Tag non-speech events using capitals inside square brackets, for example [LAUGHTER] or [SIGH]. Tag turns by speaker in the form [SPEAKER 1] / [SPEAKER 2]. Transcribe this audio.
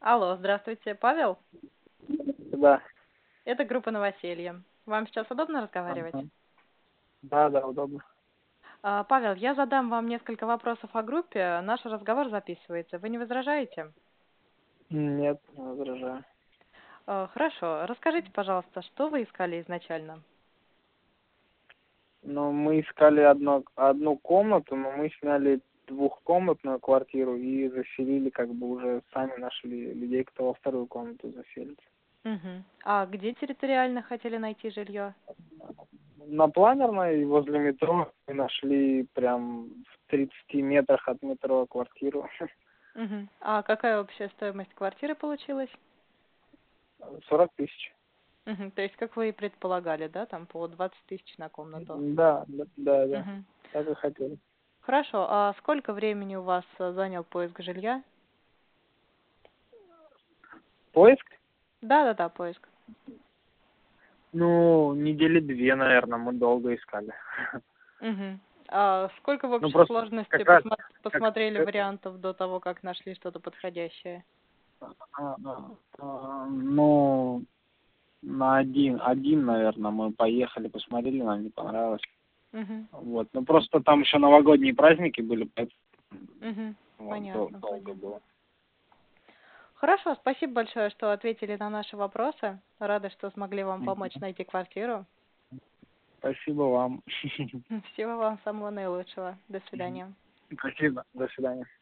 [SPEAKER 1] Алло, здравствуйте, Павел?
[SPEAKER 2] Да.
[SPEAKER 1] Это группа «Новоселье». Вам сейчас удобно разговаривать?
[SPEAKER 2] Ага. Да, да, удобно.
[SPEAKER 1] А, Павел, я задам вам несколько вопросов о группе. Наш разговор записывается. Вы не возражаете?
[SPEAKER 2] Нет, не возражаю.
[SPEAKER 1] А, Хорошо. Расскажите, пожалуйста, что вы искали изначально?
[SPEAKER 2] Но мы искали одно, одну комнату, но мы сняли двухкомнатную квартиру и заселили, как бы уже сами нашли людей, кто во вторую комнату заселится.
[SPEAKER 1] Мгм. А где территориально хотели найти жилье?
[SPEAKER 2] На планерной возле метро мы нашли прям в 30 метрах от метро квартиру. [LAUGHS]
[SPEAKER 1] Мгм. А какая общая стоимость квартиры получилась?
[SPEAKER 2] 40 тысяч.
[SPEAKER 1] Мгм. То есть, как вы и предполагали, да, там по 20 тысяч на комнату?
[SPEAKER 2] Да, да, да, да.
[SPEAKER 1] Мгм.
[SPEAKER 2] Так и хотели.
[SPEAKER 1] Хорошо. А сколько времени у вас э, занял поиск жилья?
[SPEAKER 2] Поиск?
[SPEAKER 1] Да-да-да, поиск.
[SPEAKER 2] Ну, недели две, наверное, мы долго искали. [LAUGHS]
[SPEAKER 1] Мгм. А сколько в общей
[SPEAKER 2] Ну, просто
[SPEAKER 1] сложности
[SPEAKER 2] как раз-
[SPEAKER 1] посма- посмотрели
[SPEAKER 2] это-
[SPEAKER 1] вариантов до того, как нашли что-то подходящее?
[SPEAKER 2] А, а, а, Ну, на один, один, наверное, мы поехали, посмотрели, нам не понравилось.
[SPEAKER 1] Мгм.
[SPEAKER 2] Вот, ну просто там еще новогодние праздники были, поэтому
[SPEAKER 1] Мгм.
[SPEAKER 2] вот,
[SPEAKER 1] Понятно,
[SPEAKER 2] дол- долго было.
[SPEAKER 1] Хорошо, спасибо большое, что ответили на наши вопросы. Рада, что смогли вам
[SPEAKER 2] Мгм.
[SPEAKER 1] помочь найти квартиру. [LAUGHS]
[SPEAKER 2] Спасибо вам. [LAUGHS]
[SPEAKER 1] Всего вам самого наилучшего. До свидания.
[SPEAKER 2] Спасибо. До свидания.